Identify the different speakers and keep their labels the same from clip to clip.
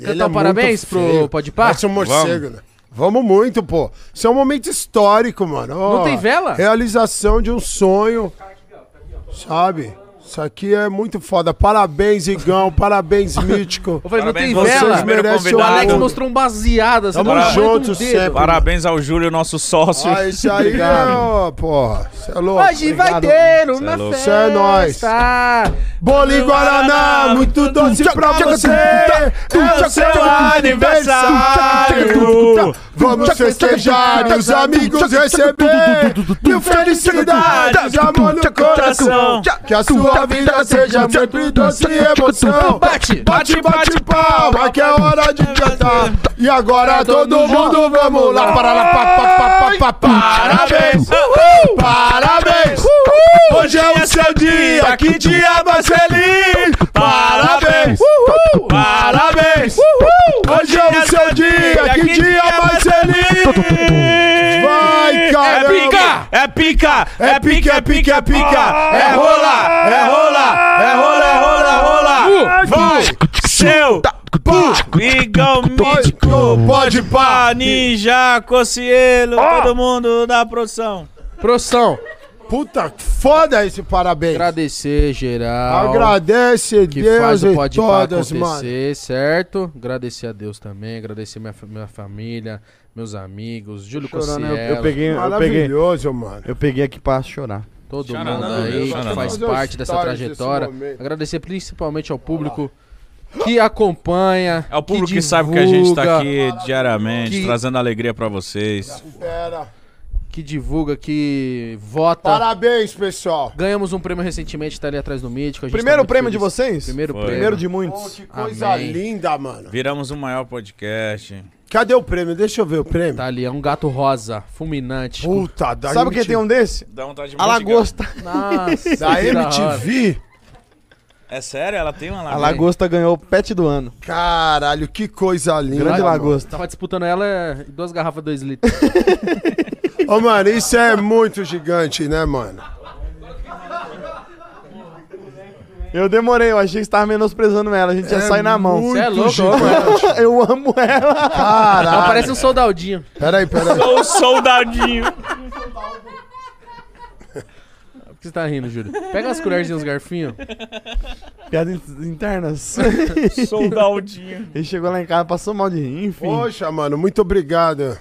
Speaker 1: é
Speaker 2: Cantar um parabéns pro Podpah?
Speaker 1: Parece um morcego, né? Vamos muito, pô. Isso é um momento histórico, mano. Ó,
Speaker 2: Não tem vela?
Speaker 1: Realização de um sonho. Sabe? Isso aqui é muito foda. Parabéns, Igão. Parabéns, Mítico.
Speaker 2: Eu falei,
Speaker 3: Parabéns,
Speaker 2: não tem
Speaker 3: vocês,
Speaker 2: vela.
Speaker 3: primeiro
Speaker 1: merecem
Speaker 2: O
Speaker 1: o
Speaker 3: convidado.
Speaker 2: Alex mostrou um baseado. Assim,
Speaker 1: Tamo
Speaker 2: do tamanho
Speaker 1: junto,
Speaker 2: de um dedo.
Speaker 1: sempre.
Speaker 3: Parabéns ao Júlio, nosso sócio.
Speaker 1: Ah, isso aí, é, ó, pô. Isso é louco.
Speaker 2: Hoje vai ter uma
Speaker 3: Cê é
Speaker 2: festa.
Speaker 1: Isso é nóis. Bolinho Guaraná, muito doce pra você. É o seu aniversário. Vamos festejar, os amigos receber. Mil felicidades, amor no coração. Que a sua vida seja sempre doce e emoção.
Speaker 2: Bate!
Speaker 1: Bate, bate palma, que é hora de cantar. E agora todo mundo, vamos lá. Parará, pá, pá, pá, pá, pá, Parabéns, parabéns. Hoje é o seu
Speaker 3: Tá
Speaker 1: dia, que dia mais feliz! Parabéns! Parabéns!
Speaker 3: Uh!
Speaker 1: Hoje é o seu
Speaker 3: Tá
Speaker 1: dia, que dia mais feliz! Vai,
Speaker 3: É
Speaker 1: caramba!
Speaker 3: pica! É pica!
Speaker 1: É pica, é pica, é pica! É rola, é rola, é rola, é rola, é rola! Vai!
Speaker 3: Seu! Igão Mítico!
Speaker 1: Pode pá!
Speaker 3: Ninja, Cocielo, todo mundo da produção.
Speaker 2: Proção,
Speaker 1: ah. Puta, que foda esse parabéns!
Speaker 2: agradecer geral.
Speaker 1: Agradece
Speaker 2: que
Speaker 1: Deus
Speaker 2: faz o
Speaker 1: e
Speaker 2: Pode Pá
Speaker 1: todas,
Speaker 2: acontecer,
Speaker 1: mano!
Speaker 2: certo? Agradecer a Deus também, agradecer minha, fa- minha família, meus amigos, Júlio
Speaker 4: Chorando, eu,
Speaker 2: Cossielo,
Speaker 4: eu peguei, eu peguei,
Speaker 1: Maravilhoso, mano!
Speaker 4: eu peguei aqui pra chorar.
Speaker 2: todo
Speaker 3: Chora
Speaker 2: mundo
Speaker 3: não,
Speaker 2: aí
Speaker 3: chora
Speaker 2: que
Speaker 3: não.
Speaker 2: faz
Speaker 1: Fazer
Speaker 2: parte
Speaker 1: os
Speaker 2: dessa
Speaker 1: stories
Speaker 2: trajetória.
Speaker 1: desse momento.
Speaker 2: Agradecer principalmente ao público que acompanha,
Speaker 3: É o público que, sabe que a gente tá
Speaker 2: divulga,
Speaker 3: aqui diariamente,
Speaker 2: Que-
Speaker 3: trazendo alegria pra vocês.
Speaker 1: Pera.
Speaker 2: que divulga, que vota.
Speaker 1: Parabéns, pessoal!
Speaker 2: Ganhamos um prêmio recentemente, tá ali atrás do Mítico. a gente tá
Speaker 4: Primeiro
Speaker 2: muito
Speaker 4: prêmio de
Speaker 2: feliz.
Speaker 4: vocês?
Speaker 2: Primeiro
Speaker 3: Foi.
Speaker 2: prêmio.
Speaker 4: Primeiro de
Speaker 1: Pô,
Speaker 4: muitos.
Speaker 1: que coisa
Speaker 2: Amém.
Speaker 1: linda, mano!
Speaker 3: Viramos o maior podcast.
Speaker 1: Cadê o prêmio? Deixa eu ver o prêmio.
Speaker 2: Tá ali, é um gato rosa, fulminante.
Speaker 1: Puta, da
Speaker 4: Sabe quem tem um desse?
Speaker 3: Dá vontade de
Speaker 4: A lagosta.
Speaker 2: Nossa,
Speaker 1: Da
Speaker 2: que hora.
Speaker 1: MTV?
Speaker 3: É sério? Ela tem uma
Speaker 4: A
Speaker 3: lagosta?
Speaker 4: lagosta ganhou o pet do ano.
Speaker 1: Caralho, que coisa linda.
Speaker 4: Grande
Speaker 1: mano.
Speaker 4: lagosta.
Speaker 2: Tava disputando ela é, duas garrafas, dois litros.
Speaker 1: Ô, mano, isso é muito gigante, né, mano?
Speaker 4: Eu demorei, eu achei que você tava menosprezando ela. A gente ia
Speaker 1: É
Speaker 4: sair na mão.
Speaker 1: muito
Speaker 2: Cê é louco,
Speaker 1: gigante.
Speaker 4: Eu amo ela.
Speaker 2: Ela parece
Speaker 1: Caralho.
Speaker 2: um soldadinho.
Speaker 1: Peraí, peraí.
Speaker 3: Sou soldadinho.
Speaker 2: Por que você tá rindo, Júlio? Pega as colherzinhas e os garfinhos.
Speaker 4: Piadas internas.
Speaker 3: soldadinho.
Speaker 4: Ele chegou lá em casa, passou mal de rir, enfim.
Speaker 1: Poxa, mano, muito obrigado.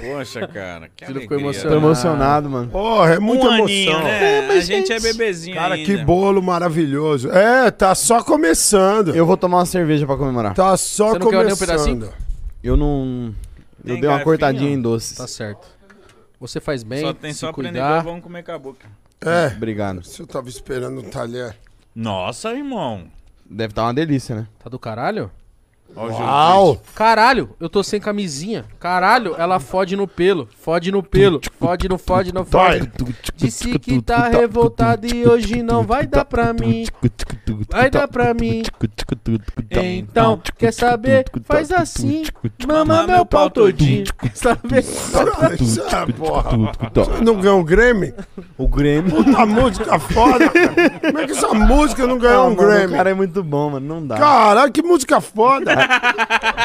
Speaker 3: Poxa, cara. Que
Speaker 2: Ele
Speaker 3: alegria.
Speaker 2: ficou
Speaker 4: Tô
Speaker 2: emocionado.
Speaker 4: emocionado, mano.
Speaker 1: Porra, é
Speaker 3: Um
Speaker 1: muita
Speaker 3: aninho,
Speaker 1: emoção.
Speaker 3: né? a gente é bebezinho
Speaker 1: Cara,
Speaker 3: ainda.
Speaker 1: que bolo maravilhoso. É, tá só começando.
Speaker 4: Eu vou tomar uma cerveja pra comemorar.
Speaker 1: Tá só
Speaker 2: Você não quer nem um
Speaker 1: começando.
Speaker 4: Eu não. Eu
Speaker 3: Tem
Speaker 4: dei uma
Speaker 3: garfinho?
Speaker 4: cortadinha em doces.
Speaker 2: Tá certo. Você faz bem,
Speaker 3: Só tem
Speaker 2: se
Speaker 3: só
Speaker 2: cuidar.
Speaker 3: aprendedor, vamos comer com a boca.
Speaker 1: É,
Speaker 4: Obrigado.
Speaker 1: se eu tava esperando um talher.
Speaker 3: Nossa, irmão.
Speaker 4: Deve estar uma delícia, né?
Speaker 2: Tá do caralho?
Speaker 3: Ó, o
Speaker 1: Uau!
Speaker 2: Caralho, eu tô sem camisinha. Caralho, ela fode no pelo. Fode no pelo. Fode, não fode, não fode. Disse que tá revoltado e hoje não vai dar pra mim. Vai dar pra mim. Então, quer saber? Faz assim. Mama meu pau todinho. Quer saber?
Speaker 1: Tá
Speaker 3: Tá
Speaker 1: Isso é, porra. Não ganhou um Grammy?
Speaker 4: O Grêmio.
Speaker 1: Puta música foda, cara. Como é que essa música não ganhou
Speaker 4: Não,
Speaker 1: um
Speaker 4: mano,
Speaker 1: Grammy?
Speaker 4: O cara é muito bom, mano. Não dá.
Speaker 1: Caralho, que música foda!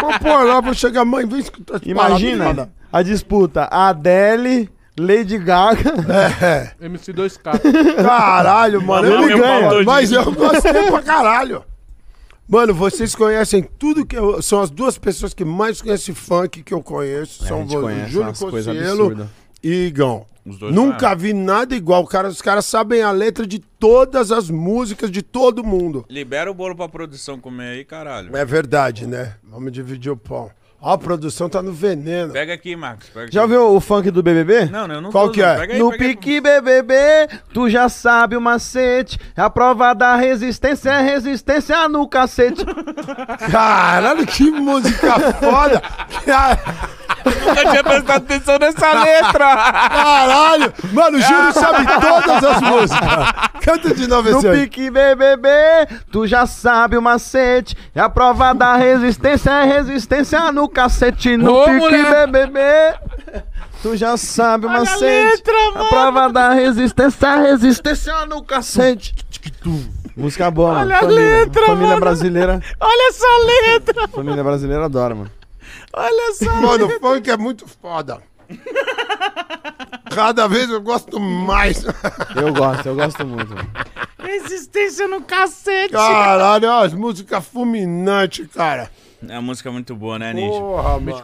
Speaker 1: vou pôr lá, vou chegar, mãe, vem escutar essa parada,
Speaker 4: Imagina a disputa. Adele, Lady Gaga.
Speaker 1: É,
Speaker 2: MC2K.
Speaker 1: caralho, mano,
Speaker 3: Mamãe,
Speaker 1: ele
Speaker 3: meu
Speaker 1: ganha,
Speaker 3: pau
Speaker 1: mas eu
Speaker 3: todinho.
Speaker 1: gostei pra caralho. Mano, vocês conhecem tudo que eu, São as duas pessoas que mais conhecem funk que eu conheço.
Speaker 4: É, A
Speaker 1: são
Speaker 4: gente
Speaker 1: vo-
Speaker 4: conhece
Speaker 1: Júlio
Speaker 4: umas coisas
Speaker 1: Cossielo
Speaker 4: absurdas.
Speaker 1: e Igão.
Speaker 3: Os dois
Speaker 1: Nunca
Speaker 3: sabem.
Speaker 1: vi nada igual. Cara, os caras sabem a letra de todas as músicas de todo mundo.
Speaker 3: Libera o bolo pra produção comer aí, caralho.
Speaker 1: É verdade, né? Vamos dividir o pão. Ó, a produção tá no veneno.
Speaker 3: Pega aqui, Marcos. pega aqui.
Speaker 4: Já ouviu o funk do BBB?
Speaker 3: Não, não, eu não
Speaker 1: Qual
Speaker 3: tô,
Speaker 1: que
Speaker 3: não.
Speaker 1: é?
Speaker 3: Pega aí,
Speaker 4: no
Speaker 3: pega aí.
Speaker 4: pique BBB, tu já sabe o macete. A prova da resistência é resistência no cacete.
Speaker 1: Caralho, que música foda! Car-
Speaker 3: Eu tinha prestado atenção nessa letra.
Speaker 1: Caralho! Mano, o Júlio sabe todas as músicas! Canta de novo
Speaker 4: No
Speaker 1: esse aí.
Speaker 4: pique BBB, tu já sabe o macete. A prova da resistência é resistência no cacete. No
Speaker 2: Ô,
Speaker 4: pique
Speaker 2: mulher.
Speaker 4: BBB, tu já sabe o macete. A, prova da resistência é resistência no cacete. Música boa, mano.
Speaker 2: Olha a
Speaker 4: família,
Speaker 2: letra,
Speaker 4: família
Speaker 2: mano.
Speaker 4: brasileira.
Speaker 2: Olha essa letra!
Speaker 4: Família brasileira adora, mano.
Speaker 2: Olha essa
Speaker 1: Mano, o funk é muito foda. Cada vez eu gosto mais.
Speaker 4: Eu gosto, eu gosto muito. mano.
Speaker 2: Resistência no cacete!
Speaker 1: Caralho, ó, as músicas fulminantes, cara.
Speaker 3: é
Speaker 2: É uma música muito boa, né, Ninja?
Speaker 1: Porra, mano.